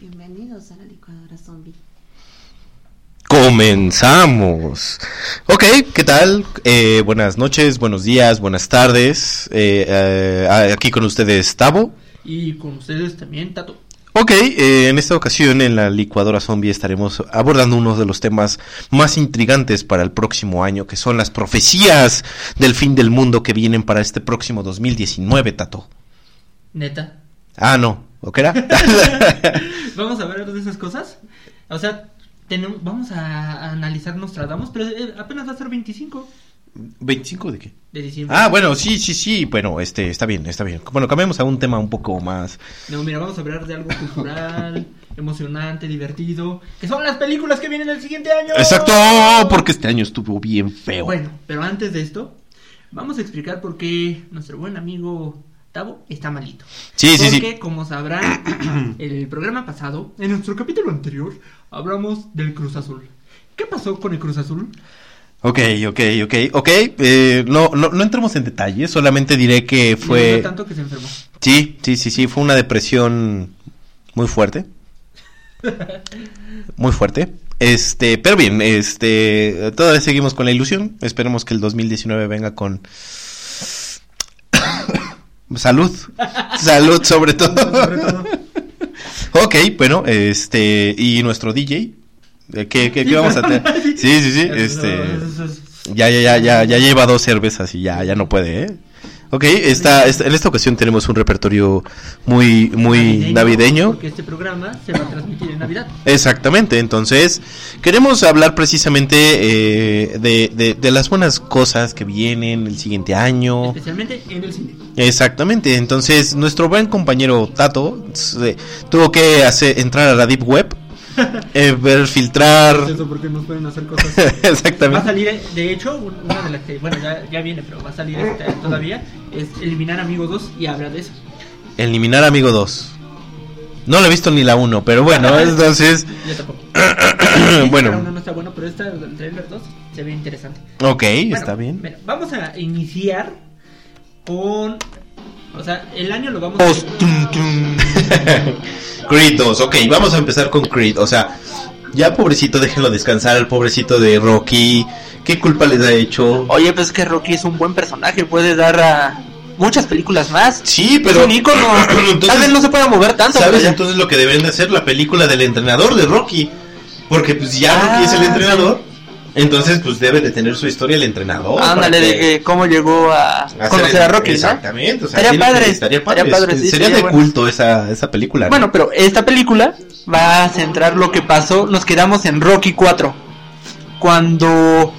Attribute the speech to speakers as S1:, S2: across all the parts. S1: Bienvenidos a la licuadora zombie.
S2: Comenzamos. Ok, ¿qué tal? Eh, buenas noches, buenos días, buenas tardes. Eh, eh, aquí con ustedes Tavo.
S3: Y con ustedes también, Tato.
S2: Ok, eh, en esta ocasión en la licuadora zombie estaremos abordando uno de los temas más intrigantes para el próximo año, que son las profecías del fin del mundo que vienen para este próximo 2019, Tato.
S3: Neta.
S2: Ah, no, ¿o qué era?
S3: Vamos a ver de esas cosas. O sea, tenemos, vamos a analizar Nostradamus, pero eh, apenas va a ser 25
S2: ¿25 de qué?
S3: de diciembre.
S2: Ah, bueno, sí, sí, sí, bueno, este, está bien, está bien. Bueno, cambiamos a un tema un poco más...
S3: No, mira, vamos a hablar de algo cultural, emocionante, divertido, que son las películas que vienen el siguiente año.
S2: Exacto, porque este año estuvo bien feo.
S3: Bueno, pero antes de esto, vamos a explicar por qué nuestro buen amigo Tavo está malito.
S2: sí, sí,
S3: Porque,
S2: sí.
S3: como sabrán, el programa pasado, en nuestro capítulo anterior, hablamos del Cruz Azul. ¿Qué pasó con el Cruz Azul?
S2: Ok, ok, ok, ok. eh, no, no, no entremos en detalles, solamente diré que
S3: Le
S2: fue...
S3: dolió tanto que se enfermó.
S2: Sí, sí, sí, sí, fue una depresión muy fuerte. Muy fuerte. Este, pero bien, este, todavía seguimos con la ilusión. Esperemos que el 2019 venga con salud. Salud sobre todo.
S3: Sobre todo.
S2: ok, bueno, este, y nuestro DJ, eh, ¿qué, qué- qué vamos a tener? Sí, sí, sí, este, ya, ya, ya, ya, ya lleva dos cervezas y ya, ya no puede, ¿eh? Ok, esta, esta- en esta ocasión tenemos un repertorio muy, muy navideño.
S3: Porque este programa se va a transmitir en Navidad.
S2: Exactamente, entonces queremos hablar precisamente eh, de, de- de las buenas cosas que vienen el siguiente año.
S3: Especialmente en el cine.
S2: Exactamente, entonces nuestro buen compañero Tato se- tuvo que hacer, entrar a la Deep Web, eh, ver, filtrar.
S3: Eso porque nos pueden hacer cosas. Va a
S2: Exactamente.
S3: salir, eh, de hecho, un- una de las que, bueno, ya, ya viene, pero va a salir esta todavía, es Eliminar Amigos 2 y habla de eso.
S2: Eliminar Amigo 2. No lo he visto ni la 1, pero bueno, entonces...
S3: Yo tampoco. Para uno
S2: Ah, bueno,
S3: no está bueno, pero esta del trailer 2 se ve interesante.
S2: ok,
S3: Bueno,
S2: está bien.
S3: mira, vamos a iniciar con. O sea, el año lo vamos
S2: Post- tum, tum. Creed 2, ok, vamos a empezar con Creed. O sea, ya pobrecito, déjenlo descansar al pobrecito de Rocky. ¿Qué culpa les ha hecho?
S4: Oye, pues es que Rocky es un buen personaje, puede dar a muchas películas más.
S2: Sí,
S4: es
S2: pero...
S4: un ícono. Tal vez
S2: Entonces,
S4: no se pueda mover tanto,
S2: ¿Sabes
S4: pero ya-
S2: entonces lo que deben de hacer? La película del entrenador de Rocky. Porque pues ya
S4: Ah,
S2: Rocky es el
S4: sí.
S2: entrenador. Entonces pues debe de tener su historia el entrenador.
S4: Ándale,
S2: para
S4: de
S2: que-
S4: que cómo llegó a
S2: hacer
S4: conocer
S2: el-
S4: a Rocky, ¿no?
S2: Exactamente. o sea,
S4: Estaría
S2: sí lo que-
S4: padre,
S2: Estaría padre.
S4: estaría padre, sí,
S2: sería
S4: sería
S2: de
S4: bueno.
S2: culto esa, esa película. ¿no?
S4: Bueno, pero esta película va a centrar lo que pasó. Nos quedamos en Rocky 4. Cuando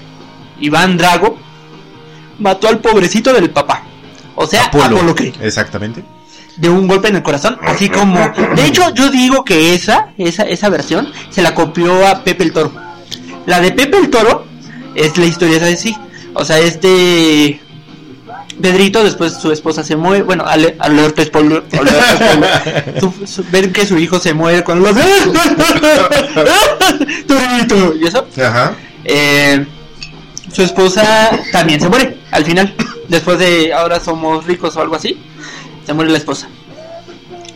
S4: Iván Drago mató al pobrecito del papá. O sea, Apolo, Creed.
S2: Exactamente.
S4: de un golpe en el corazón, así como de hecho yo digo que esa esa esa versión se la copió a Pepe el Toro. La de Pepe el Toro es la historia es así. O sea, este Pedrito después su esposa se muere, bueno, ale- alerta spoiler, alerta spoiler. Su- su- ven que su hijo se muere con los Pedrito, y eso
S2: Ajá.
S4: eh, su esposa también se muere al final. Después de ahora somos ricos o algo así, se muere la esposa.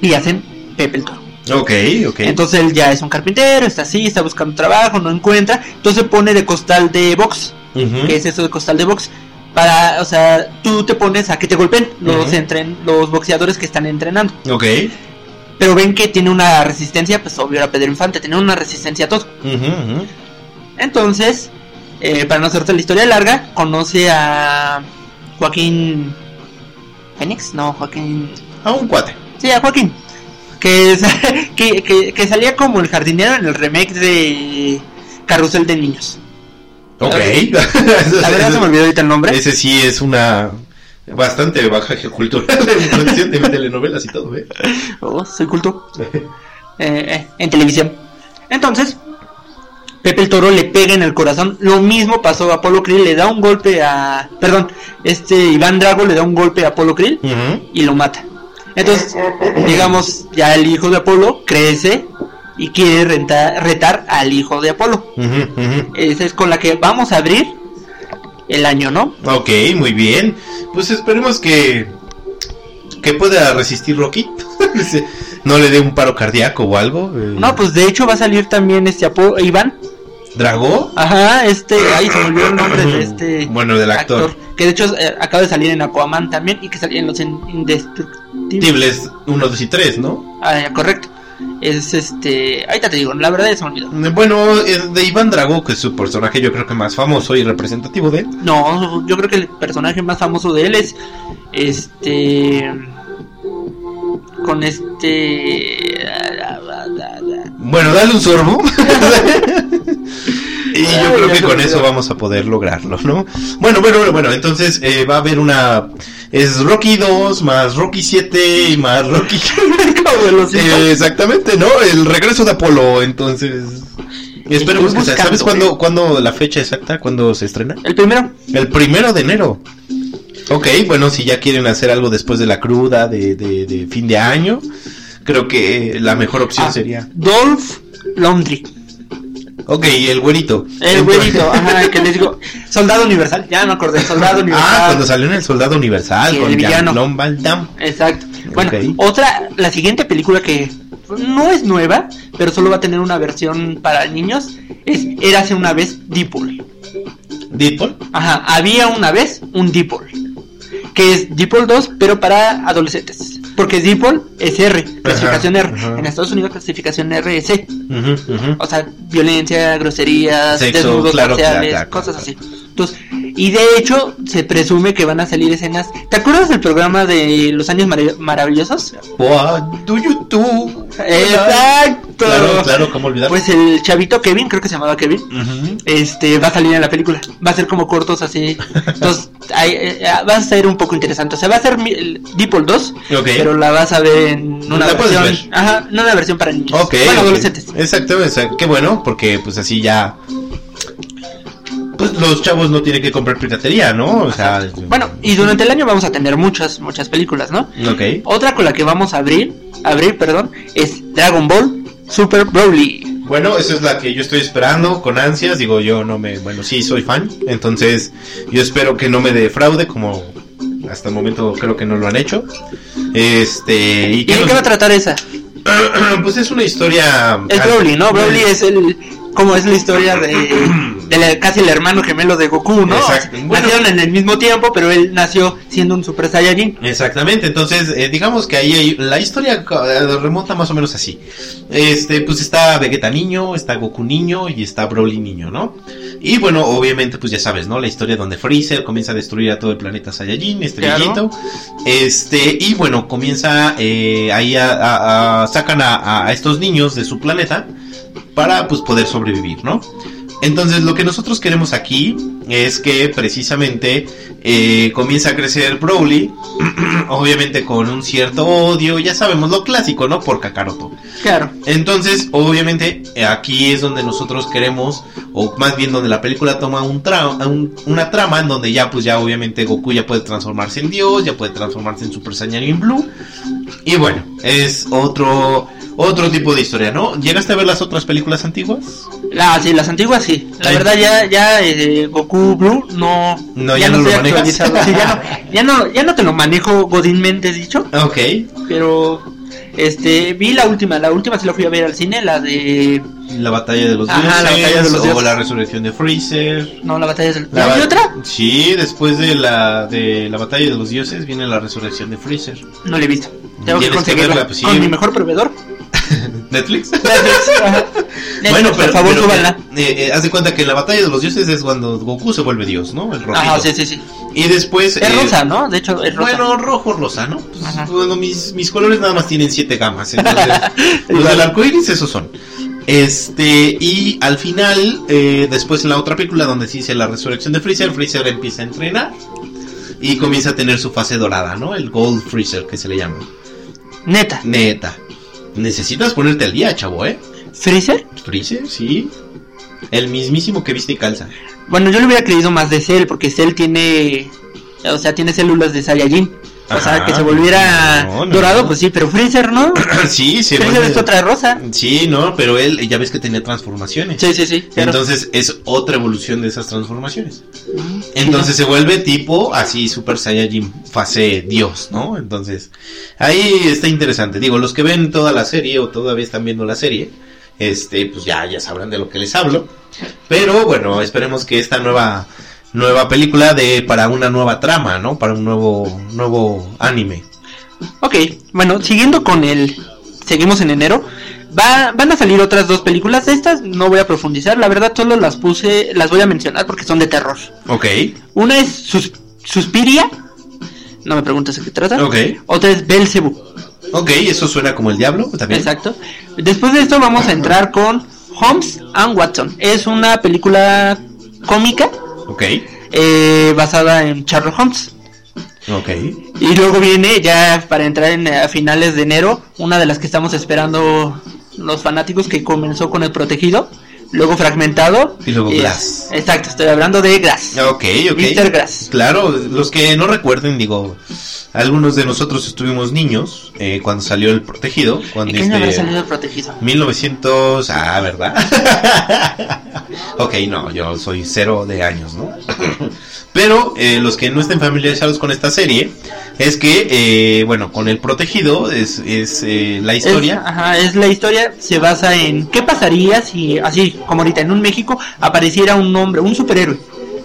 S4: Y hacen Pepe el Toro.
S2: Ok, ok.
S4: Entonces él ya es un carpintero, está así, está buscando trabajo, no encuentra. Entonces pone de costal de box.
S2: Ujú.
S4: ¿Qué es eso de costal de box? Para, o sea, tú te pones a que te golpeen los,
S2: Ujú.
S4: entren, los boxeadores que están entrenando.
S2: Ok.
S4: Pero ven que tiene una resistencia, pues obvio era Pedro Infante, tenía una resistencia a todo.
S2: Ujú, ujú.
S4: Entonces, eh, para no hacerte la historia larga, conoce a Joaquín Fénix, no, Joaquín...
S2: A un cuate.
S4: Sí, a Joaquín. Que, sa- que, que- que salía como el jardinero en el remake de Carrusel de Niños.
S2: Ok.
S4: La verdad se me olvidó ahorita el nombre.
S2: Ese sí es una bastante bagaje cultural en cuestión de telenovelas y todo, ¿eh?
S4: Oh, soy culto. Eh, eh, en televisión. Entonces, Pepe el Toro le pega en el corazón. Lo mismo pasó a Apolo Krill, le da un golpe a... Perdón, este Iván Drago le da un golpe a Apolo Krill.
S2: Ujú.
S4: y lo mata. Entonces, digamos, ya el hijo de Apolo crece y quiere renta- retar al hijo de Apolo.
S2: Ujú, ujú.
S4: Esa es con la que vamos a abrir el año, ¿no?
S2: Ok, muy bien. Pues esperemos que que pueda resistir Rocky. no le dé un paro cardíaco o algo. eh.
S4: No, pues de hecho va a salir también este apo Iván.
S2: ¿Dragó?
S4: Ajá, este, ay, se me olvidó el nombre de este
S2: Bueno, del actor.
S4: que de hecho eh, acaba de salir en Aquaman también y que salía en los in- indestructibles.
S2: Tibles 1, 2 y 3, ¿no?
S4: Ah, ya, correcto. Es este, ahorita te digo, la verdad es que se me olvidó.
S2: Bueno, eh, de Iván Dragó, que es su personaje yo creo que más famoso y representativo de él.
S4: No, yo creo que el personaje más famoso de él es este con este
S2: Bueno, dale un sorbo. y
S4: Ay,
S2: yo creo
S4: ya
S2: que
S4: se
S2: con
S4: olvidó.
S2: eso vamos a poder lograrlo, ¿no? Bueno, bueno, bueno, bueno. Entonces eh, va a haber una... Es Rocky 2 más Rocky 7 y más Rocky...
S4: Como los
S2: Eh, exactamente, ¿no? El regreso de Apolo, entonces... Esperemos que sea.
S4: buscando,
S2: ¿Sabes
S4: eh.
S2: cuándo, cuándo la fecha exacta? ¿Cuándo se estrena?
S4: El primero.
S2: El primero de enero. Ok, bueno, si ya quieren hacer algo después de la cruda de, de- de fin de año, creo que eh, la mejor opción
S4: Ah,
S2: sería...
S4: Dolph Lundgren.
S2: Ok, el güerito.
S4: El
S2: Entonces-
S4: güerito, ajá, que les digo, Soldado Universal, ya me acordé, Soldado
S2: Ah,
S4: Universal.
S2: cuando salió en El Soldado Universal
S4: Sí, el
S2: con
S4: villano.
S2: Jean-Claude Van Damme.
S4: Exacto. Bueno,
S2: Ok.
S4: otra, la siguiente película que no es nueva, pero solo va a tener una versión para niños, es Érase una vez Deadpool.
S2: Deadpool.
S4: Ajá, había una vez un Deadpool, que es Deadpool 2, pero para adolescentes. Porque Deadpool es R, clasificación R.
S2: ajá.
S4: En Estados Unidos clasificación R es C.
S2: Ujú, ujú.
S4: O sea, violencia, groserías,
S2: Sexo,
S4: desnudos
S2: claro,
S4: parciales,
S2: claro, claro,
S4: cosas
S2: claro.
S4: así. Entonces, y de hecho, se presume que van a salir escenas. ¿Te acuerdas del programa de los años Marav- maravillosos?
S2: Boa, do you do?
S4: Exacto.
S2: Claro, claro, ¿cómo olvidar?
S4: Pues el chavito Kevin, creo que se llamaba Kevin.
S2: Ujú.
S4: Este va a salir en la película, va a ser como cortos así. Entonces, ahí, eh, ah, va a ser un poco interesante. O sea, va a ser mi- el Deadpool 2,
S2: Ok.
S4: pero la vas a ver en una
S2: La puedes
S4: versión,
S2: ver.
S4: ajá, no una versión para niños,
S2: Ok.
S4: bueno,
S2: ok.
S4: adolescentes.
S2: Exacto, exacto. Qué bueno, porque pues así ya. Pues los chavos no tienen que comprar piratería, ¿no? O sea.
S4: Bueno, y durante el año vamos a tener muchas, muchas películas, ¿no?
S2: Ok.
S4: Otra con la que vamos a abrir, abrir, perdón, es Dragon Ball Super Broly.
S2: Bueno, esa es la que yo estoy esperando con ansias. Digo, yo no me. Bueno, sí, soy fan. Entonces, yo espero que no me defraude, como hasta el momento creo que no lo han hecho. Este. ¿Y
S4: ¿Y de
S2: nos-
S4: qué va a tratar esa?
S2: Pues es una historia.
S4: Es
S2: al-
S4: Broly, ¿no? Broly es el como es la historia de, de la- casi el hermano gemelo de Goku, ¿no?
S2: Exacto.
S4: O sea,
S2: Bueno.
S4: Nacieron en el mismo tiempo, pero él nació siendo un Super Saiyajin.
S2: Exactamente, entonces eh, digamos que ahí hay- la historia eh, remonta más o menos así. Este, pues está Vegeta niño, está Goku niño y está Broly niño, ¿no? Y bueno, obviamente pues ya sabes, ¿no? La historia donde Freezer comienza a destruir a todo el planeta Saiyajin, este
S4: Claro.
S2: viejito. Este, y bueno, comienza eh, ahí a, a- a- sacan a- a, a estos niños de su planeta para pues poder sobrevivir, ¿no? Entonces lo que nosotros queremos aquí es que precisamente eh, comienza a crecer Broly, obviamente con un cierto odio, ya sabemos lo clásico, ¿no? Por Kakaroto.
S4: Claro.
S2: Entonces, obviamente, eh, aquí es donde nosotros queremos, o más bien donde la película toma un tra- un- una trama en donde ya, pues ya obviamente Goku ya puede transformarse en Dios, ya puede transformarse en Super Saiyan Blue. Y bueno, es otro, otro tipo de historia, ¿no? ¿Llegaste a ver las otras películas antiguas?
S4: La, sí, las antiguas sí. La
S2: Sí.
S4: verdad ya ya eh, Goku Blue no
S2: No, ya no lo
S4: estoy
S2: manejas.
S4: actualizado. Sí, ya, no, ya no ya no te lo manejo godinmente dicho,
S2: Ok.
S4: pero este vi la última, la última sí la fui a ver al cine, la de
S2: La batalla de los
S4: Ajá,
S2: dioses,
S4: la batalla de los
S2: o
S4: dioses.
S2: la resurrección de Freezer.
S4: no la batalla del
S2: La
S4: ¿Y
S2: ba-
S4: otra?
S2: Sí, después de la, de la batalla de los dioses viene la resurrección de Freezer.
S4: No la he visto. Tengo que
S2: Tienes que
S4: conseguirla
S2: verla, pues, sí.
S4: con mi mejor proveedor.
S2: ¿Netflix?
S4: bueno, por favor,
S2: pero,
S4: súbanla.
S2: eh, eh, haz de cuenta que en la batalla de los dioses es cuando Goku se vuelve dios, ¿no? El rojito.
S4: Ajá, sí, sí, sí.
S2: Y después...
S4: Es
S2: eh,
S4: rosa, ¿no? De hecho, es rosa.
S2: Bueno, rojo rosa, ¿no? Pues,
S4: Ajá.
S2: bueno, mis, mis colores nada más tienen siete gamas. Entonces, los del arco iris, esos son. Este, y al final, eh, después en la otra película donde se dice la resurrección de Freezer, Freezer empieza a entrenar y comienza a tener su fase dorada, ¿no? El Gold Freezer que se le llama.
S4: Neta.
S2: Neta, necesitas ponerte al día, chavo, ¿eh?
S4: ¿Freezer?
S2: Freezer, sí. El mismísimo que viste y calza.
S4: Bueno, yo le hubiera creído más de Cell, porque Cell tiene... O sea, tiene células de Saiyajin. O sea,
S2: Ajá.
S4: que se volviera
S2: No, no,
S4: dorado,
S2: no.
S4: pues sí, pero Freezer no.
S2: sí, se
S4: Freezer
S2: vuelve-
S4: es otra rosa.
S2: Sí, no, pero él ya ves que tenía transformaciones.
S4: Sí, sí, sí. claro.
S2: Entonces es otra evolución de esas transformaciones.
S4: Ah,
S2: Entonces se vuelve tipo así Super Saiyajin fase Dios, ¿no? Entonces ahí está interesante. Digo, los que ven toda la serie o todavía están viendo la serie, este, pues ya ya sabrán de lo que les hablo. Pero bueno, esperemos que esta nueva nueva película de para una nueva trama, ¿no? Para un nuevo nuevo anime.
S4: Ok, bueno, siguiendo con el... Seguimos en enero. Va, van a salir otras dos películas. De estas no voy a profundizar. La verdad, solo las puse, las voy a mencionar porque son de terror.
S2: Ok,
S4: Una es Sus- Suspiria. No me preguntes de qué trata.
S2: ok,
S4: Otra es Belzebú.
S2: ok, eso suena como el diablo también.
S4: Exacto. Después de esto vamos a entrar con Holmes and Watson. Es una película cómica
S2: Ok,
S4: eh, basada en Sherlock Holmes.
S2: ok,
S4: Y luego viene ya para entrar en, eh, a finales de enero una de las que estamos esperando los fanáticos que comenzó con el protegido, luego fragmentado
S2: Y luego Glass.
S4: Exacto, estoy hablando de Glass.
S2: ok, ok.
S4: Mr. Glass.
S2: Claro, los que no recuerden, digo, algunos de nosotros estuvimos niños eh, cuando salió El Protegido,
S4: ¿En
S2: cuando
S4: qué año habrá salido
S2: este...
S4: el protegido?
S2: 1900, ah, ¿verdad? ok, no, yo soy cero de años, ¿no? Pero eh, los que no estén familiarizados con esta serie, es que, eh, bueno, con El Protegido es, es eh, la
S4: Es,
S2: historia.
S4: ajá, es la historia, se basa en qué pasaría si, así como ahorita en un México, apareciera un hombre, un superhéroe.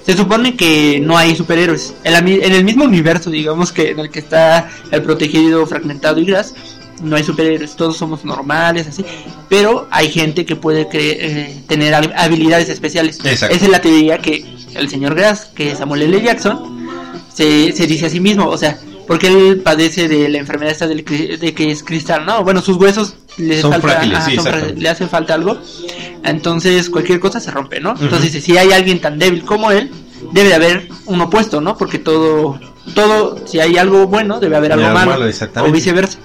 S4: Se supone que no hay superhéroes. En, la mi- en el mismo universo, digamos, que en el que está el protegido, fragmentado y gras, no hay superhéroes. Todos somos normales, así. Pero hay gente que puede cre- eh, tener hab- habilidades especiales.
S2: Exacto.
S4: Esa es la teoría que el señor Gras, que es Samuel L. Jackson, se, se dice a sí mismo, o sea, porque él padece de la enfermedad esta del cri- de que es cristal, ¿no? Bueno, sus huesos le,
S2: Son
S4: falta,
S2: frágiles, sí,
S4: son
S2: exacto.
S4: frá- le hace falta algo, entonces cualquier cosa se rompe, ¿no?
S2: Ujú.
S4: Entonces, si hay alguien tan débil como él, debe de haber un opuesto, ¿no? Porque todo, todo, si hay algo bueno, debe haber algo
S2: Algo
S4: malo,
S2: malo, exactamente.
S4: o viceversa.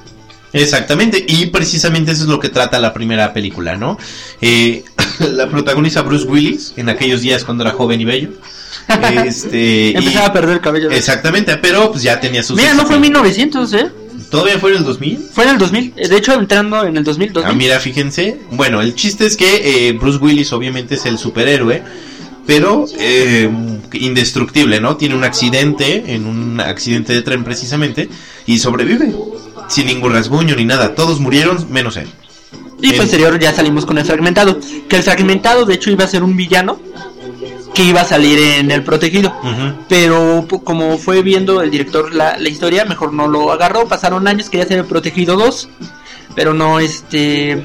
S2: Exactamente, y precisamente eso es lo que trata la primera película, ¿no? Eh, la protagoniza Bruce Willis en aquellos días cuando era joven y bello. Este, y-
S4: Empezaba a perder el cabello.
S2: exactamente, pero pues ya tenía sus.
S4: Mira, no fue en
S2: mi
S4: 1900, ¿eh?
S2: Todavía fue en el 2000.
S4: Fue en el 2000, de hecho entrando en el 2000,
S2: Ah,
S4: 2000.
S2: mira, fíjense. Bueno, el chiste es que eh, Bruce Willis obviamente es el superhéroe, pero eh, indestructible, ¿no? Tiene un accidente, en un accidente de tren precisamente, y sobrevive. Sin ningún rasguño ni nada. Todos murieron, menos él.
S4: Y
S2: El-
S4: posterior ya salimos con el fragmentado. Que el fragmentado de hecho iba a ser un villano que iba a salir en el protegido.
S2: Ujú.
S4: Pero po- como fue viendo el director la, la historia, mejor no lo agarró. Pasaron años, quería hacer el protegido 2. Pero no, este...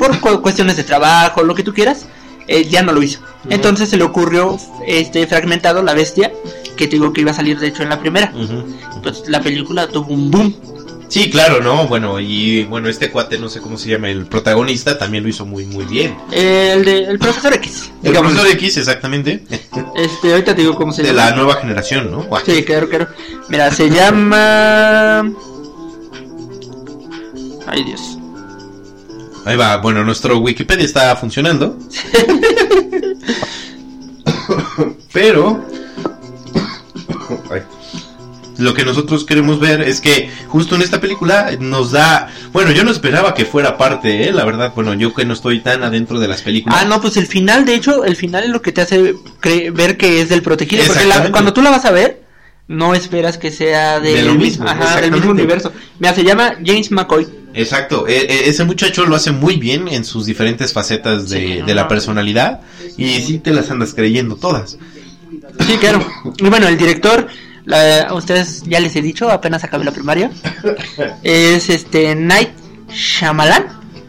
S4: Por cu- cuestiones de trabajo, lo que tú quieras, eh, ya no lo hizo. Entonces se le ocurrió este fragmentado, la bestia, que te digo que iba a salir de hecho en la primera.
S2: Ujú.
S4: Entonces la película tuvo un boom.
S2: Sí, claro, ¿no? Bueno, y bueno, este cuate, no sé cómo se llama, el protagonista también lo hizo muy, muy bien.
S4: El, de, el profesor X.
S2: El
S4: digamos.
S2: profesor X, exactamente,
S4: Este, ahorita te digo cómo se
S2: de
S4: llama.
S2: la nueva generación, ¿no? Guau.
S4: Sí, claro, claro. Mira, se llama. Ay, Dios.
S2: Ahí va, bueno, nuestro Wikipedia está funcionando. Pero... Ay. Lo que nosotros queremos ver es que justo en esta película nos da... Bueno, yo no esperaba que fuera parte, ¿eh? La verdad, bueno, yo que no estoy tan adentro de las películas.
S4: Ah, no, pues el final, de hecho, el final es lo que te hace cre- ver que es del protegido. Porque la-
S2: Exactamente.
S4: cuando tú la vas a ver, no esperas que sea del,
S2: De lo mismo,
S4: ajá, del
S2: exactamente.
S4: mismo universo. Mira, se llama James McCoy.
S2: Exacto, e- e- ese muchacho lo hace muy bien en sus diferentes facetas de,
S4: Sí, no
S2: de la
S4: mames.
S2: personalidad y sí te las andas creyendo todas.
S4: Sí, claro. Y bueno, el director, la- ustedes ya les he dicho, apenas acabé la primaria. Es este Night Shyamalan.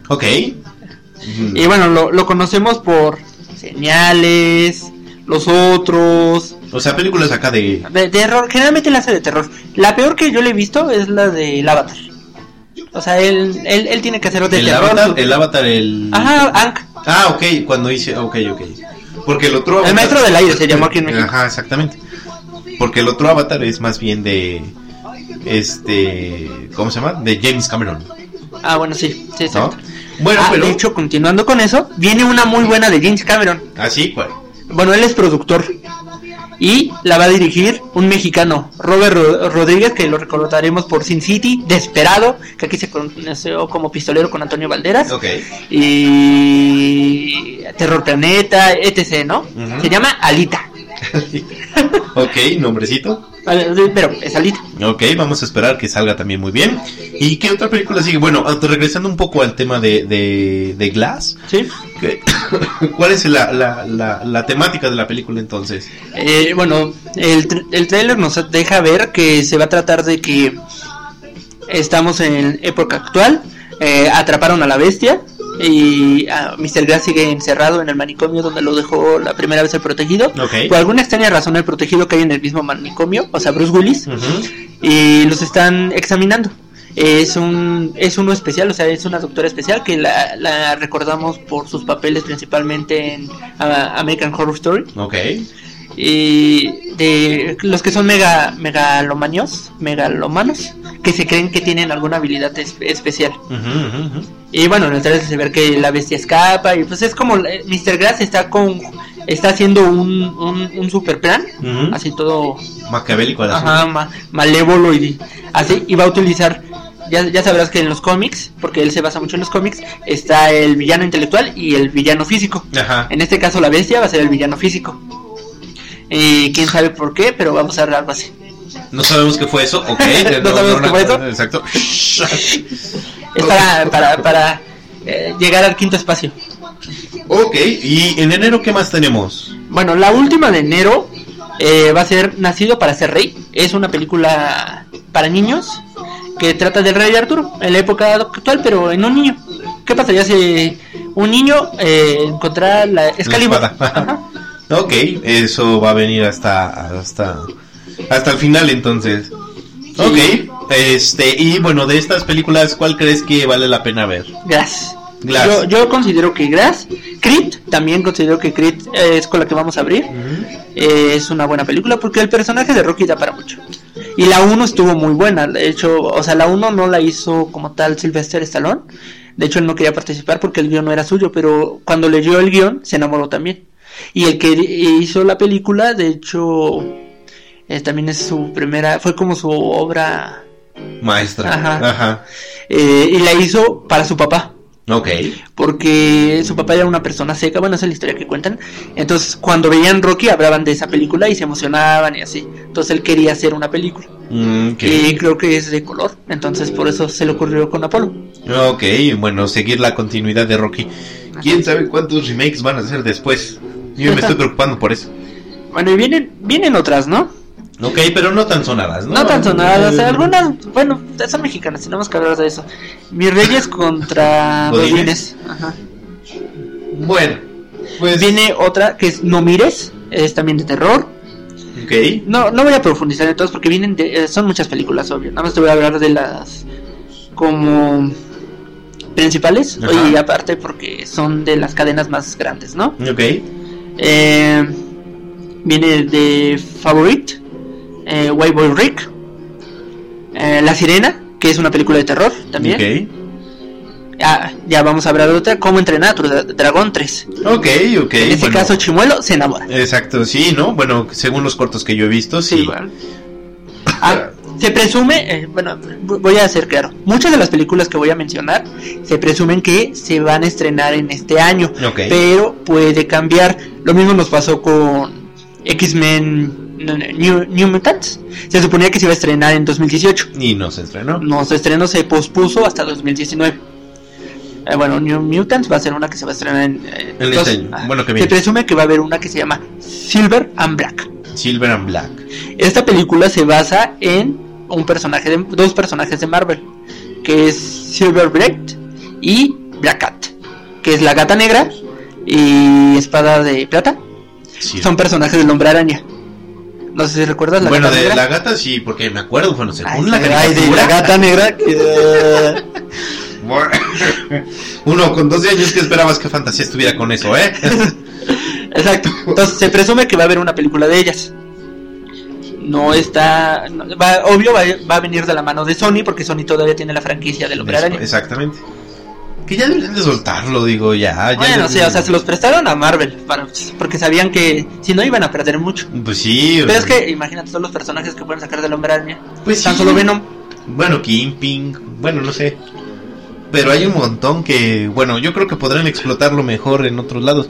S2: Ok. Ujú.
S4: Y bueno, lo, lo conocemos por señales, los otros,
S2: O sea, películas acá de...
S4: de terror. Generalmente la hace de terror. La peor que yo le he visto es la del Avatar. O sea, él, él, él tiene que hacer de
S2: El
S4: terror.
S2: avatar, el avatar, el...
S4: Ajá, Ank.
S2: Ah, ok, cuando hice... Ok, ok. Porque el otro...
S4: El
S2: avatar-
S4: maestro del aire se llamó aquí en México.
S2: Ajá, exactamente. Porque el otro avatar es más bien de... Este... ¿Cómo se llama? De James Cameron.
S4: Ah, bueno, sí, sí,
S2: ¿no?
S4: exacto.
S2: Bueno,
S4: Ah,
S2: pero...
S4: De hecho, continuando con eso, viene una muy buena de James Cameron.
S2: Así, pues.
S4: Bueno, él es productor. Y la va a dirigir un mexicano, Robert Ro- Rodríguez, que lo recordaremos por Sin City, Desperado, que aquí se conoció como pistolero con Antonio Valderas,
S2: Ok.
S4: y Terror Planeta, etc., ¿no?
S2: Ujú.
S4: Se llama Alita.
S2: ok, nombrecito.
S4: Vale, Pero es Alita.
S2: Ok, vamos a esperar que salga también muy bien. ¿Y qué otra película sigue? Bueno, ah, regresando un poco al tema de, de, de Glass,
S4: Sí.
S2: ¿qué- ¿cuál es la, la, la, la temática de la película entonces?
S4: Eh, bueno, el, tr- el trailer nos deja ver que se va a tratar de que estamos en época actual, eh, atraparon a la bestia y ah, Mr. Glass sigue encerrado en el manicomio donde lo dejó la primera vez el protegido.
S2: Ok.
S4: Por alguna extraña razón el protegido cae en el mismo manicomio, o sea, Bruce Willis,
S2: Ujú.
S4: y los están examinando. Es un es uno especial, o sea, es una doctora especial que la, la recordamos por sus papeles principalmente en ah, American Horror Story
S2: Ok.
S4: y de los que son mega megalomanios, megalomanos, que se creen que tienen alguna habilidad es- especial.
S2: Ujú, ujú, ujú.
S4: Y bueno, en el trailer se ve que la bestia escapa y pues es como eh, Mr. Glass está con está haciendo un, un, un super plan,
S2: Ujú.
S4: así todo
S2: Maquiavélico al asunto.
S4: ajá, ma- malévolo y di- así y va a utilizar ya, ya sabrás que en los cómics, porque él se basa mucho en los cómics, está el villano intelectual y el villano físico.
S2: Ajá.
S4: En este caso la bestia va a ser el villano físico. Eh, quién sabe por qué, pero va a usar algo así.
S2: No sabemos qué fue eso, ok.
S4: No sabemos qué fue eso.
S2: Exacto.
S4: Es para, para, para eh, llegar al quinto espacio.
S2: ok, y en enero, ¿qué más tenemos?
S4: Bueno, la última de enero eh, va a ser Nacido para ser rey. Es una película para niños que trata del rey Arturo en la época actual, pero en un niño. ¿Qué pasaría si un niño eh, encontrara la Excalibur?
S2: espada.
S4: Ajá.
S2: Ok, eso va a venir hasta hasta hasta el final entonces. Ok, este y bueno, de estas películas, ¿cuál crees que vale la pena ver?
S4: Glass.
S2: Glass.
S4: Yo, yo considero que Glass, Crit, también considero que Crit eh, es con la que vamos a abrir. Eh, es una buena película porque el personaje de Rocky da para mucho. Y la 1 estuvo muy buena. De hecho, o sea, la 1 no la hizo como tal Sylvester Stallone. De hecho, él no quería participar porque el guión no era suyo, pero cuando leyó el guión se enamoró también. Y el que hizo la película, de hecho, eh, también es su primera, fue como su obra,
S2: Maestra.
S4: Ajá.
S2: Ajá.
S4: eh, y la hizo para su papá.
S2: Ok.
S4: porque su papá era una persona seca, bueno, esa es la historia que cuentan. Entonces, cuando veían Rocky, hablaban de esa película y se emocionaban y así. Entonces, él quería hacer una película.
S2: Mm, ok.
S4: Y creo que es de color, entonces por eso se le ocurrió con Apolo.
S2: Ok, bueno, seguir la continuidad de Rocky. ¿Quién sabe cuántos remakes van a hacer después? Yo me estoy preocupando por eso.
S4: Bueno, y vienen, vienen otras, ¿no?
S2: Ok, pero no tan sonadas, ¿no?
S4: No tan sonadas,
S2: Eh,
S4: algunas, bueno, son mexicanas, tenemos que hablar de eso. Mis Reyes contra
S2: Godínez.
S4: Godínez. Ajá.
S2: Bueno, pues
S4: Viene otra que es No Mires, es también de terror.
S2: Ok.
S4: No, no voy a profundizar en todas porque vienen de- eh, son muchas películas, obvio. Nada más te voy a hablar de las como principales
S2: Ajá.
S4: y aparte porque son de las cadenas más grandes, ¿no?
S2: Ok.
S4: Eh, viene de Favorite, eh, White Boy Rick, eh, La Sirena, que es una película de terror también. Ah, ya vamos a hablar de otra, Cómo entrenar a tu dra- dragón 3.
S2: Ok, ok. ok,
S4: en este
S2: bueno.
S4: caso Chimuelo se enamora.
S2: Exacto, sí, ¿no? Bueno, según los cortos que yo he visto, sí.
S4: igual. Ah, se presume, eh, bueno, v- voy a ser claro, muchas de las películas que voy a mencionar se presumen que se van a estrenar en este año,
S2: Ok.
S4: pero puede cambiar. Lo mismo nos pasó con X-Men no, no, New, New Mutants, se suponía que se iba a estrenar en 2018,
S2: Y no se estrenó.
S4: no, su estreno se pospuso hasta 2019. Eh, bueno, New Mutants va a ser una que se va a estrenar en... eh,
S2: En
S4: dos-
S2: este año.
S4: ah,
S2: Bueno, que
S4: se
S2: viene.
S4: presume que va a haber una que se llama Silver and Black.
S2: Silver and Black.
S4: Esta película se basa en un personaje de, dos personajes de Marvel, que es Silver Braid y Black Cat, que es la gata negra y espada de plata.
S2: Sí.
S4: Son personajes del hombre araña. No sé si recuerdas la
S2: bueno,
S4: gata
S2: de
S4: negra.
S2: la gata sí, porque me acuerdo, bueno,
S4: Ay,
S2: según la
S4: se- ay, de
S2: caricatura.
S4: la gata negra. que-
S2: Uno con 12 años que esperabas que fantasía estuviera con eso, ¿eh?
S4: Exacto. Entonces se presume que va a haber una película de ellas. No está. no- va- obvio, va, va a venir de la mano de Sony, porque Sony todavía tiene la franquicia del hombre araña.
S2: Exactamente. Que ya deberían de soltarlo, digo, ya. ya
S4: Bueno,
S2: no
S4: o sea, o sea, se los prestaron a Marvel para- porque sabían que si no iban a perder mucho.
S2: Pues sí,
S4: Pero
S2: o
S4: es
S2: sea,
S4: que imagínate todos los personajes que pueden sacar del hombre araña.
S2: Pues
S4: Tan
S2: sí.
S4: solo Venom.
S2: Bueno, Kimping, bueno, no sé. Pero hay un montón que, bueno, yo creo que podrán explotarlo mejor en otros lados.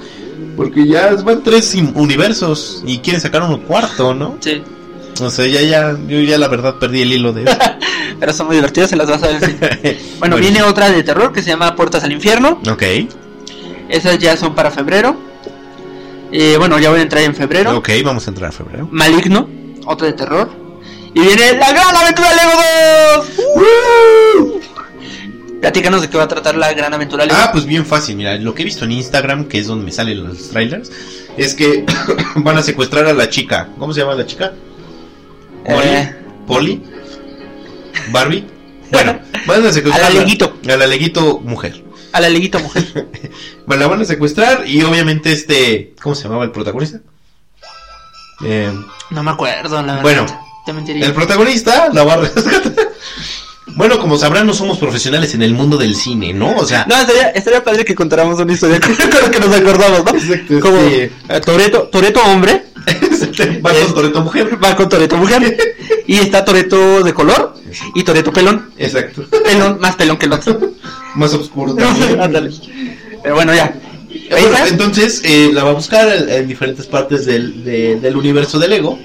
S2: Porque ya van tres im- universos y quieren sacar un cuarto, ¿no?
S4: Sí.
S2: O sea, ya, ya, yo ya la verdad perdí el hilo de eso.
S4: Pero son muy divertidos, se las vas a ver. sí. Bueno, viene otra de terror que se llama Puertas al Infierno.
S2: Ok,
S4: Esas ya son para febrero. Eh, bueno, ya voy a entrar en febrero.
S2: ok, vamos a entrar a febrero.
S4: Maligno, otra de terror. Y viene La Gran Aventura Lego 2. Platícanos de qué va a tratar La Gran Aventura Lego.
S2: Ah, pues bien fácil, mira, lo que he visto en Instagram, que es donde me salen los trailers, es que van a secuestrar a la chica. ¿Cómo se llama la chica? Molly,
S4: Eh.
S2: Polly, Barbie. Bueno, van a secuestrar
S4: Al aleguito.
S2: Al aleguito mujer.
S4: A la Leguito Mujer.
S2: Bueno, la van a secuestrar y obviamente este, ¿cómo se llamaba el protagonista? Eh,
S4: No me acuerdo, la verdad.
S2: Bueno,
S4: te mentiría.
S2: el protagonista la va a rescatar. Bueno, como sabrán, no somos profesionales en el mundo del cine, ¿no? O sea,
S4: No, estaría, estaría padre que contáramos una historia con, con lo que nos acordamos, ¿no?
S2: Exacto,
S4: Como
S2: sí.
S4: eh, Toreto, Toreto hombre,
S2: va con Toretto mujer.
S4: Eh, va con Toreto mujer, y está Toreto de color y Toreto pelón.
S2: Exacto.
S4: Pelón, más pelón que el otro.
S2: Más oscuro también.
S4: Ándale. Pero bueno, ya. Ahí
S2: Bueno,
S4: está.
S2: entonces eh, la va a buscar en, en diferentes partes del, de- del universo de Lego.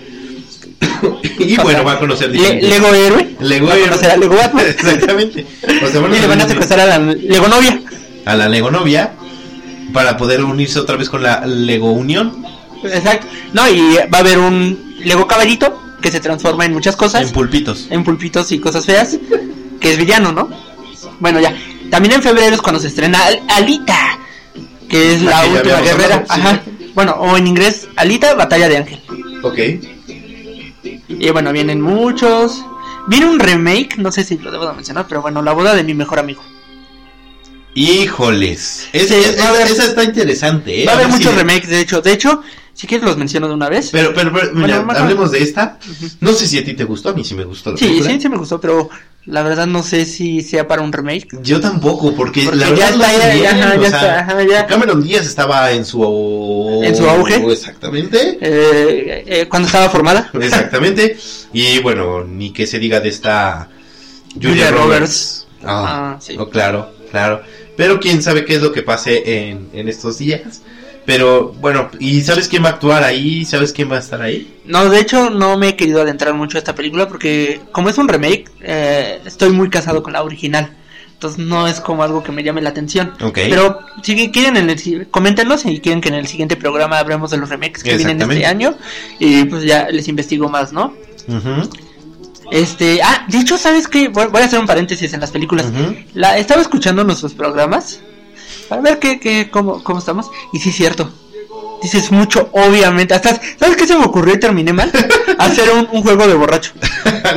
S2: y bueno, va a conocer
S4: Le-
S2: diferentes.
S4: Lego héroe.
S2: Lego
S4: va a conocer a Lego Batman.
S2: Exactamente. O sea,
S4: Y le van a secuestrar a la Lego novia.
S2: a la Lego novia para poder unirse otra vez con la Lego Unión
S4: Exacto. No, y va a haber un Lego caballito que se transforma en muchas cosas.
S2: en pulpitos.
S4: en pulpitos y cosas feas, que es villano, ¿no? Bueno, ya. También en febrero es cuando se estrena Al- Alita, que es
S2: La
S4: la,
S2: que ya
S4: última
S2: habíamos
S4: guerrera.
S2: hablado, sí.
S4: Ajá. Bueno, o en inglés, Alita, Batalla de Ángel.
S2: Ok.
S4: Y bueno, vienen muchos. Viene un remake, no sé si lo debo de mencionar, pero bueno, la boda de mi mejor amigo.
S2: Híjoles. Es-
S4: Sí,
S2: es-
S4: va a haber-
S2: esa está interesante, ¿eh?
S4: Va a haber
S2: ver si-
S4: muchos remakes, de hecho. De hecho, si quieres los menciono de una vez.
S2: Pero, pero, pero, mira,
S4: Bueno, más o-
S2: hablemos de esta. No sé si a ti te gustó, a mí sí me gustó. La
S4: sí,
S2: película.
S4: sí, sí me gustó, pero la verdad no sé si sea para un remake.
S2: Yo tampoco, porque,
S4: Porque
S2: la
S4: ya
S2: verdad
S4: está,
S2: lo hacen
S4: ya-
S2: bien,
S4: ajá,
S2: o
S4: ya
S2: sea,
S4: está, ajá, ya.
S2: Cameron Díaz estaba en su
S4: ¿En su auge?
S2: Exactamente.
S4: Eh, eh, cuando estaba formada.
S2: Exactamente. Y bueno, ni que se diga de esta Julia
S4: Julia
S2: Roberts.
S4: Roberts.
S2: Ah,
S4: Ah, sí.
S2: no, claro, claro. Pero quién sabe qué es lo que pase en, en estos días. Pero bueno, ¿y sabes quién va a actuar ahí? ¿Sabes quién va a estar ahí?
S4: No, de hecho no me he querido adentrar mucho a esta película porque como es un remake, eh, estoy muy casado con la original. Entonces no es como algo que me llame la atención.
S2: Ok.
S4: Pero si quieren, en el, si- coméntenlo si quieren que en el siguiente programa hablemos de los remakes que vienen
S2: Exactamente.
S4: este año. Y pues ya les investigo más, ¿no?
S2: Ujú,
S4: Este, ah, de hecho, ¿sabes qué? Voy voy a hacer un paréntesis en las películas.
S2: ujú.
S4: La, estaba escuchando nuestros programas para ver qué, qué, cómo, cómo estamos. Y sí, es cierto. Dices mucho, obviamente. Hasta, ¿Sabes qué se me ocurrió y terminé mal? Hacer un, un juego de borracho.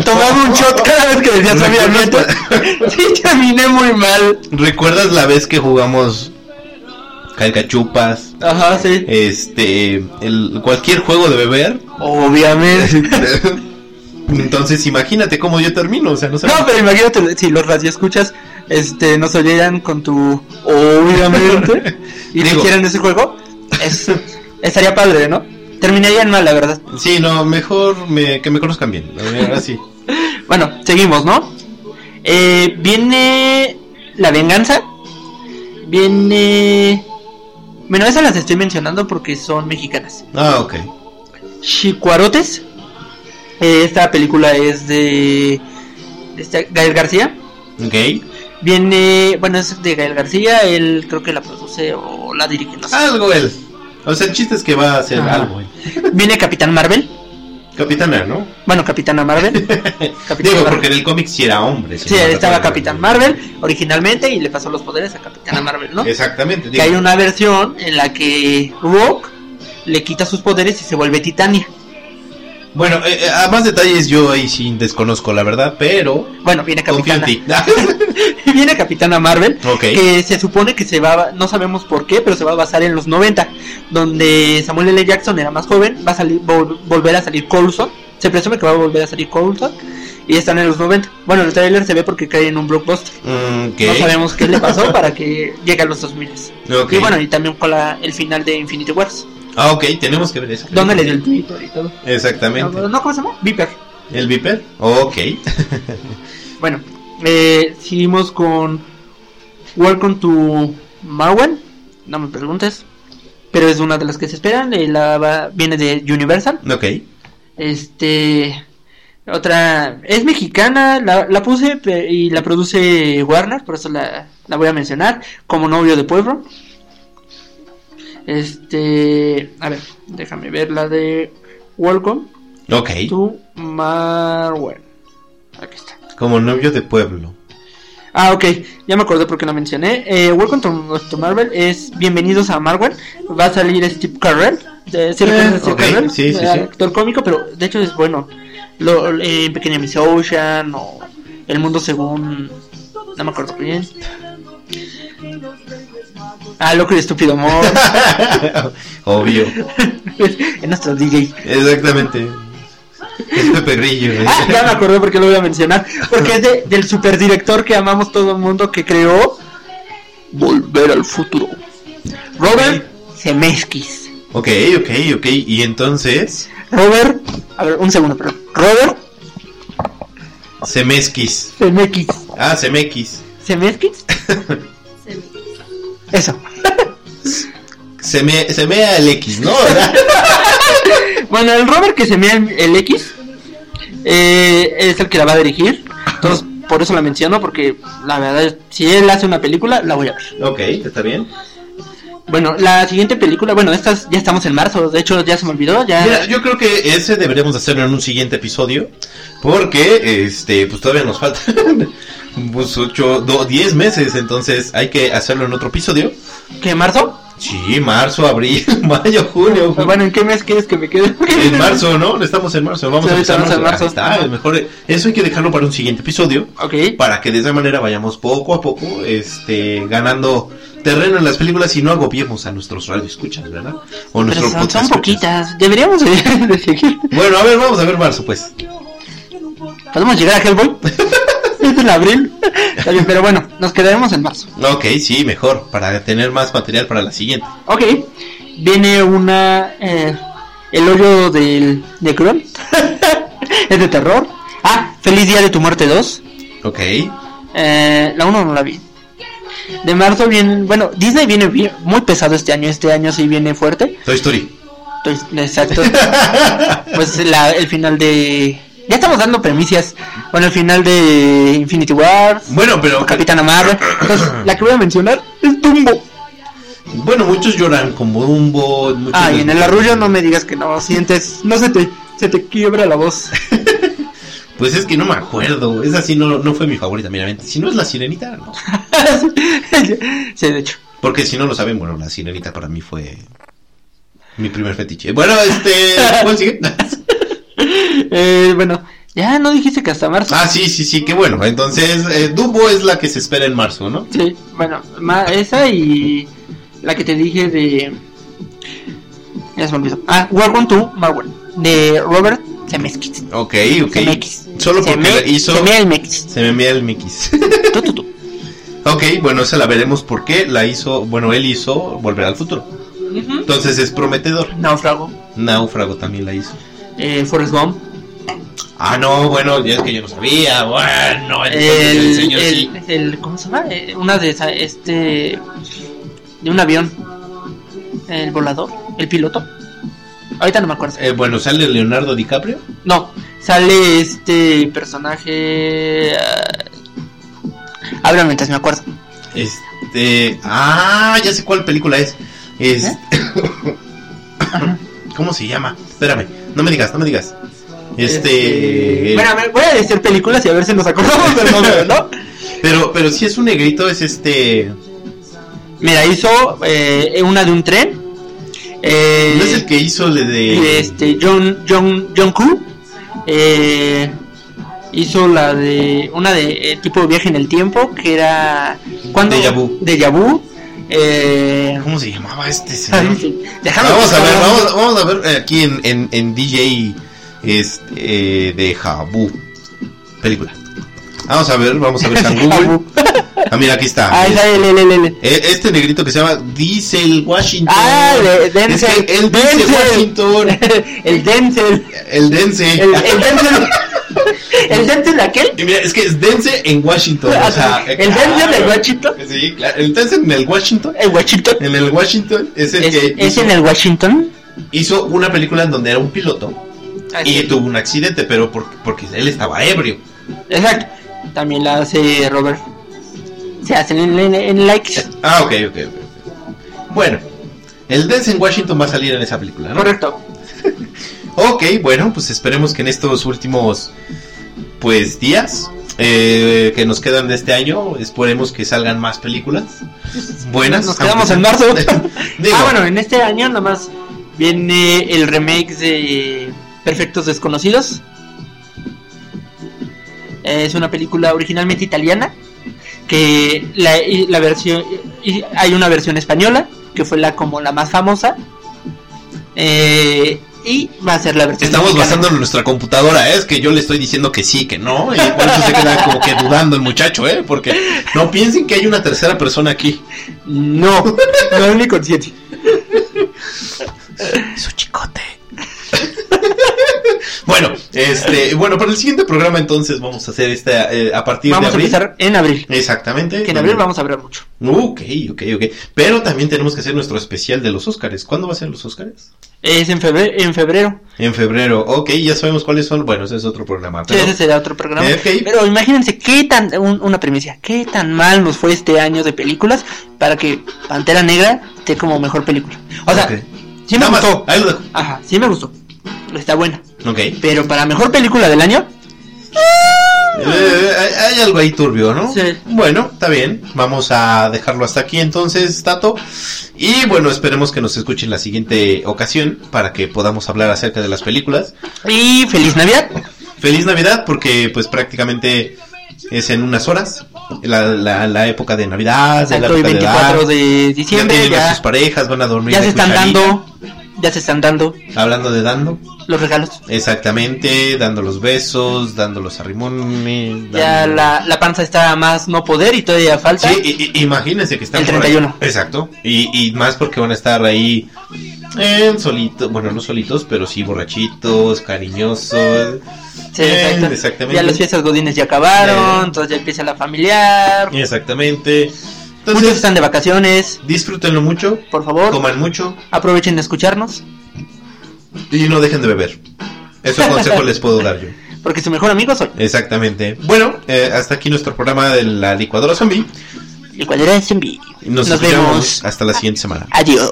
S4: Tomaba un shot cada vez que decías obviamente. sí, terminé muy mal.
S2: ¿Recuerdas la vez que jugamos Calcachupas?
S4: Ajá, sí.
S2: Este, el, cualquier juego de beber.
S4: Obviamente.
S2: Entonces, imagínate cómo yo termino, o sea, no sé.
S4: No, pero imagínate si los radioescuchas este, nos oyeran con tu obviamente y
S2: Digo-
S4: le hicieran ese juego. Es, estaría padre, ¿no? Terminarían mal, la verdad.
S2: Sí, no, mejor me- que me conozcan bien. la verdad, Ahora sí.
S4: Bueno, seguimos, ¿no? Eh, viene La Venganza. Viene. Bueno, esas las estoy mencionando porque son mexicanas.
S2: Ah, ok.
S4: Chicuarotes. Eh, esta película es de. de este Gael García.
S2: Ok.
S4: Viene. Bueno, es de Gael García. Él creo que la produce o la dirige, no sé.
S2: Algo él. O sea, el chiste es que va a hacer
S4: Ajá.
S2: algo él.
S4: Viene Capitán Marvel.
S2: Capitana, ¿no?
S4: Bueno, Capitana Marvel. Capitán
S2: Digo,
S4: Marvel.
S2: porque en el cómic sí era hombre. si
S4: Sí,
S2: no me
S4: estaba
S2: recuerdo.
S4: Capitán Marvel originalmente y le pasó los poderes a Capitana Marvel, ¿no?
S2: Exactamente.
S4: que
S2: digo.
S4: hay una versión en la que Rock le quita sus poderes y se vuelve Titania.
S2: Bueno, eh, eh, a más detalles yo ahí sí desconozco la verdad, pero
S4: Bueno, viene
S2: confío en
S4: Capitana.
S2: ti.
S4: viene Capitana Marvel,
S2: ok.
S4: que se supone que se va, a- no sabemos por qué, pero se va a basar en los 90, donde Samuel L. Jackson era más joven, va a salir, vol- volver a salir Coulson, se presume que va a volver a salir Coulson, y están en los 90. Bueno, el trailer se ve porque cae en un blockbuster.
S2: Mm, ok.
S4: No sabemos qué le pasó para que llegue a los 2000.
S2: Ok.
S4: Y bueno, y también con la- el final de Infinity Wars.
S2: Ah, ok, tenemos que ver eso.
S4: Donde le dio el Twitter y todo.
S2: Exactamente.
S4: No, ¿cómo se llama? Viper.
S2: ¿El Viper? Ok.
S4: Bueno, eh, seguimos con Welcome to Marwen. No me preguntes. Pero es una de las que se esperan. eh, la va- viene de Universal.
S2: Ok.
S4: Este. Otra. Es mexicana. La, la puse pe- y la produce Warner. Por eso la, la voy a mencionar. Como novio de pueblo. Este. A ver, déjame ver la de Welcome
S2: Ok.
S4: to Marwen. Aquí está.
S2: Como novio de pueblo.
S4: Ah, ok, ya me acordé porque lo mencioné. Eh, Welcome to, to Marvel es Bienvenidos a Marvel. Va a salir este Steve Carell. Eh, ¿sí
S2: Eh,
S4: recuerdas a Steve
S2: ok,
S4: Carell?
S2: sí, sí,
S4: Eh,
S2: sí.
S4: Actor cómico, pero de hecho es bueno. Lo, eh, Pequeña Miss Ocean o El Mundo Según. No me acuerdo bien. Ah, Loco y Estúpido Amor.
S2: Obvio.
S4: es nuestro DJ.
S2: Exactamente. Es Pepe Grillo. ¿eh?
S4: Ah, ya me acordé porque lo voy a mencionar. Porque es de- del superdirector que amamos todo el mundo que creó Volver al Futuro. Robert Zemeckis.
S2: Ok, ok, ok. Y entonces,
S4: Robert, a ver, un segundo, perdón. Robert
S2: Semesquis.
S4: Zemeckis.
S2: Ah, Semequis.
S4: ¿Zemeckis?
S1: Se me-
S4: Eso.
S2: Seme, semea el X, ¿no?
S4: Bueno, el Robert que se mea el, el X eh, es el que la va a dirigir. Entonces, por eso la menciono, porque la verdad, si él hace una película, la voy a ver.
S2: ok, está bien.
S4: Bueno, la siguiente película, bueno, estas ya estamos en marzo, de hecho ya se me olvidó, ya...
S2: Mira, yo creo que ese deberíamos hacerlo en un siguiente episodio. Porque, este, pues todavía nos faltan. Pues 8, 10 meses. Entonces hay que hacerlo en otro episodio.
S4: ¿Qué, marzo?
S2: Sí, marzo, abril, mayo, junio.
S4: Pero Pues Bueno, ¿en qué mes quieres que me quede?
S2: En marzo, ¿no? Estamos en marzo. Vamos
S4: Sí,
S2: a empezar
S4: estamos en
S2: marzo.
S4: marzo.
S2: Ahí está, es mejor. Eso hay que dejarlo para un siguiente episodio.
S4: Ok.
S2: para que de esa manera vayamos poco a poco este ganando terreno en las películas y no agobiemos a nuestros radioescuchas, ¿verdad? O
S4: Pero
S2: nuestro
S4: son, son
S2: podcast escuchas.
S4: poquitas. Deberíamos de, de seguir.
S2: Bueno, a ver, vamos a ver marzo, pues.
S4: ¿Podemos llegar a Hellboy? es en abril. Está bien, pero bueno, nos quedaremos en marzo.
S2: Ok, sí, mejor, para tener más material para la siguiente.
S4: Ok. Viene una... eh, el hoyo del... de Cruel. es de terror. Ah, Feliz Día de tu Muerte 2.
S2: Ok,
S4: Eh, la 1 no la vi. De marzo viene... Bueno, Disney viene bien- muy pesado este año. Este año sí viene fuerte.
S2: Toy Story.
S4: Entonces, Exacto. pues la- el final de. Ya estamos dando premisas. Bueno, el final de Infinity Wars,
S2: Bueno, pero
S4: Capitán Marvel. Entonces, la que voy a mencionar es Dumbo.
S2: bueno, muchos lloran con Dumbo, muchos
S4: Ah, y en el arrullo no me digas que no sientes. No se te, se te quiebra la voz.
S2: Pues es que no me acuerdo, esa sí no, no fue mi favorita, meramente. Si no es la sirenita, no.
S4: sí, de hecho.
S2: Porque si no lo saben, bueno, la sirenita para mí fue mi primer fetiche. Bueno, este, ¿cuál sigue?
S4: Eh, bueno, ya no dijiste que hasta marzo.
S2: Ah, sí, sí, sí, qué bueno. Entonces, eh, Dumbo es la que se espera en marzo, ¿no?
S4: Sí, bueno, ma- esa y la que te dije de. Ya se me olvidó. Ah, Welcome to Marvel, de Robert Zemeckis.
S2: Ok, ok.
S4: Zemeckis.
S2: Solo porque la hizo...
S4: Se me el Mex.
S2: Se me mía el Mickey's.
S4: Tú, tú, tú.
S2: ok, bueno, esa la veremos porque la hizo... Bueno, él hizo Volver al Futuro.
S3: Ujú.
S2: Entonces es prometedor.
S4: Náufrago.
S2: Náufrago también la hizo.
S4: Eh, Forrest Gump.
S2: Ah, no, bueno, ya es que yo no sabía. Bueno,
S4: El,
S2: entonces el, señor sí.
S4: el- el- ¿Cómo se llama? Eh, Una de esa- este. De un avión. El volador. El piloto. Ahorita no me acuerdo.
S2: Eh, bueno, sale Leonardo DiCaprio.
S4: No. Sale este personaje. Habla mientras me acuerdo.
S2: Este... Ah, ya sé cuál película es. Es...
S4: ¿Eh?
S2: ¿Cómo se llama? Espérame, no me digas, no me digas. Este...
S4: Bueno, a ver, voy a decir películas y a ver si nos acordamos del nombre, ¿no?
S2: Pero, pero si es un negrito, es este.
S4: Mira, hizo eh, una de un tren. Eh,
S2: ¿No es el que hizo el de.
S4: Y, este John John John Q eh, hizo la de una de eh, tipo viaje en el tiempo que era cuando
S2: Déjà vu.
S4: Déjà vu, eh,
S2: ¿Cómo se llamaba este señor?
S4: ay, sí, déjame
S2: Vamos a ver,
S4: buscarlo.
S2: vamos, vamos a ver eh, aquí en, en, en DJ este, eh, de Jabu. película. Vamos a ver, vamos a ver San Google.
S4: Abu.
S2: Ah, mira, aquí está.
S4: Ah, esa, el, el, el, el.
S2: Eh, Este negrito que se llama Diesel Washington.
S4: Ah, de-
S2: Es
S4: Denzel.
S2: que el Denzel Washington.
S4: el Denzel.
S2: El Dense.
S4: El, el Denzel. el Denzel aquel.
S2: Y mira, es que es Dense en Washington. o sea,
S4: El Denzel
S2: claro.
S4: del Washington.
S2: Sí, claro. El Dense en el Washington.
S4: El Washington.
S2: En el Washington es el
S4: ¿Es,
S2: que
S4: es
S2: hizo,
S4: en el Washington?
S2: hizo una película en donde era un piloto y
S4: Exacto.
S2: tuvo un accidente, pero por- porque él estaba ebrio.
S4: También la hace Robert. Se hacen en, en- en likes.
S2: Ah, ok, ok, ok, ok. Bueno, el Dense en Washington va a salir en esa película, ¿no?
S4: Correcto.
S2: Ok, bueno, pues esperemos que en estos últimos pues días eh, que nos quedan de este año, esperemos que salgan más películas buenas.
S4: Nos quedamos en marzo. ah, bueno, en este año nomás viene el remake de Perfectos Desconocidos. Es una película originalmente italiana. Que la, y la versión. y hay una versión española, que fue la como la más famosa. eh, y va a ser la versión.
S2: Estamos
S4: mexicana.
S2: basando en nuestra computadora, ¿eh? es que yo le estoy diciendo que sí, que no, y por eso se queda como que dudando el muchacho, ¿eh? Porque no piensen que hay una tercera persona aquí.
S4: No, no es mi consciente.
S2: Su chicote. bueno, este, bueno, para el siguiente programa entonces vamos a hacer esta eh, a partir de
S4: Vamos a
S2: abril.
S4: empezar en abril.
S2: Exactamente.
S4: Que en abril
S2: Donde-
S4: vamos a hablar mucho.
S2: Ok, ok, ok. Pero también tenemos que hacer nuestro especial de los Óscares. ¿Cuándo va a ser los Óscares?
S4: Es en febrero. En febrero.
S2: En febrero. Ok, ya sabemos cuáles son. Bueno, ese es otro programa.
S4: Sí,
S2: Pero...
S4: ese será otro programa.
S2: Eh, ok.
S4: Pero imagínense qué tan, un- una primicia, qué tan mal nos fue este año de películas para que Pantera Negra esté como mejor película. O sea,
S2: Ok.
S4: sí me
S2: Nada más,
S4: gustó.
S2: ahí lo dejo.
S4: Ajá, sí me gustó. Está buena.
S2: Ok. Eh,
S4: Pero para mejor película del año,
S2: eh, hay hay algo ahí turbio, ¿no?
S4: Sí.
S2: Bueno, está bien. Vamos a dejarlo hasta aquí entonces, Tato. Y bueno, esperemos que nos escuchen la siguiente ocasión para que podamos hablar acerca de las películas.
S4: y feliz Navidad.
S2: Feliz Navidad porque pues prácticamente es en unas horas. La, la- la época de Navidad, de la
S4: Exacto, y
S2: época de edad.
S4: 24 de
S2: Ya
S4: diciembre
S2: tienen a
S4: ya,
S2: sus parejas, van a dormir.
S4: ya
S2: de
S4: se están
S2: cucharita.
S4: dando, ya se están dando
S2: Hablando de dando,
S4: los regalos.
S2: exactamente, dando los besos, dando los arrimones.
S4: Ya
S2: dando-
S4: la, la panza está a más no poder y todavía falta.
S2: Sí, i- i- imagínense que están
S4: El
S2: por ahí.
S4: 31.
S2: Exacto. Y, y más porque van a estar ahí en solitos, bueno, no solitos, pero sí borrachitos, cariñosos.
S4: Sí,
S2: Eh,
S4: exacto.
S2: exactamente.
S4: Ya las fiestas godines ya acabaron,
S2: Eh.
S4: entonces ya empieza la familiar.
S2: Exactamente.
S4: Muchos
S2: Entonces,
S4: están de vacaciones,
S2: disfrútenlo mucho,
S4: por favor.
S2: coman mucho
S4: Aprovechen de escucharnos,
S2: y no dejen de beber. Esos consejos les puedo dar yo.
S4: porque su mejor amigo soy.
S2: Exactamente. Bueno, eh, hasta aquí nuestro programa de la licuadora zombie.
S4: El cuadro de Zumbi.
S2: Nos,
S4: Nos
S2: escuchamos
S4: vemos.
S2: hasta la siguiente semana.
S4: Adiós.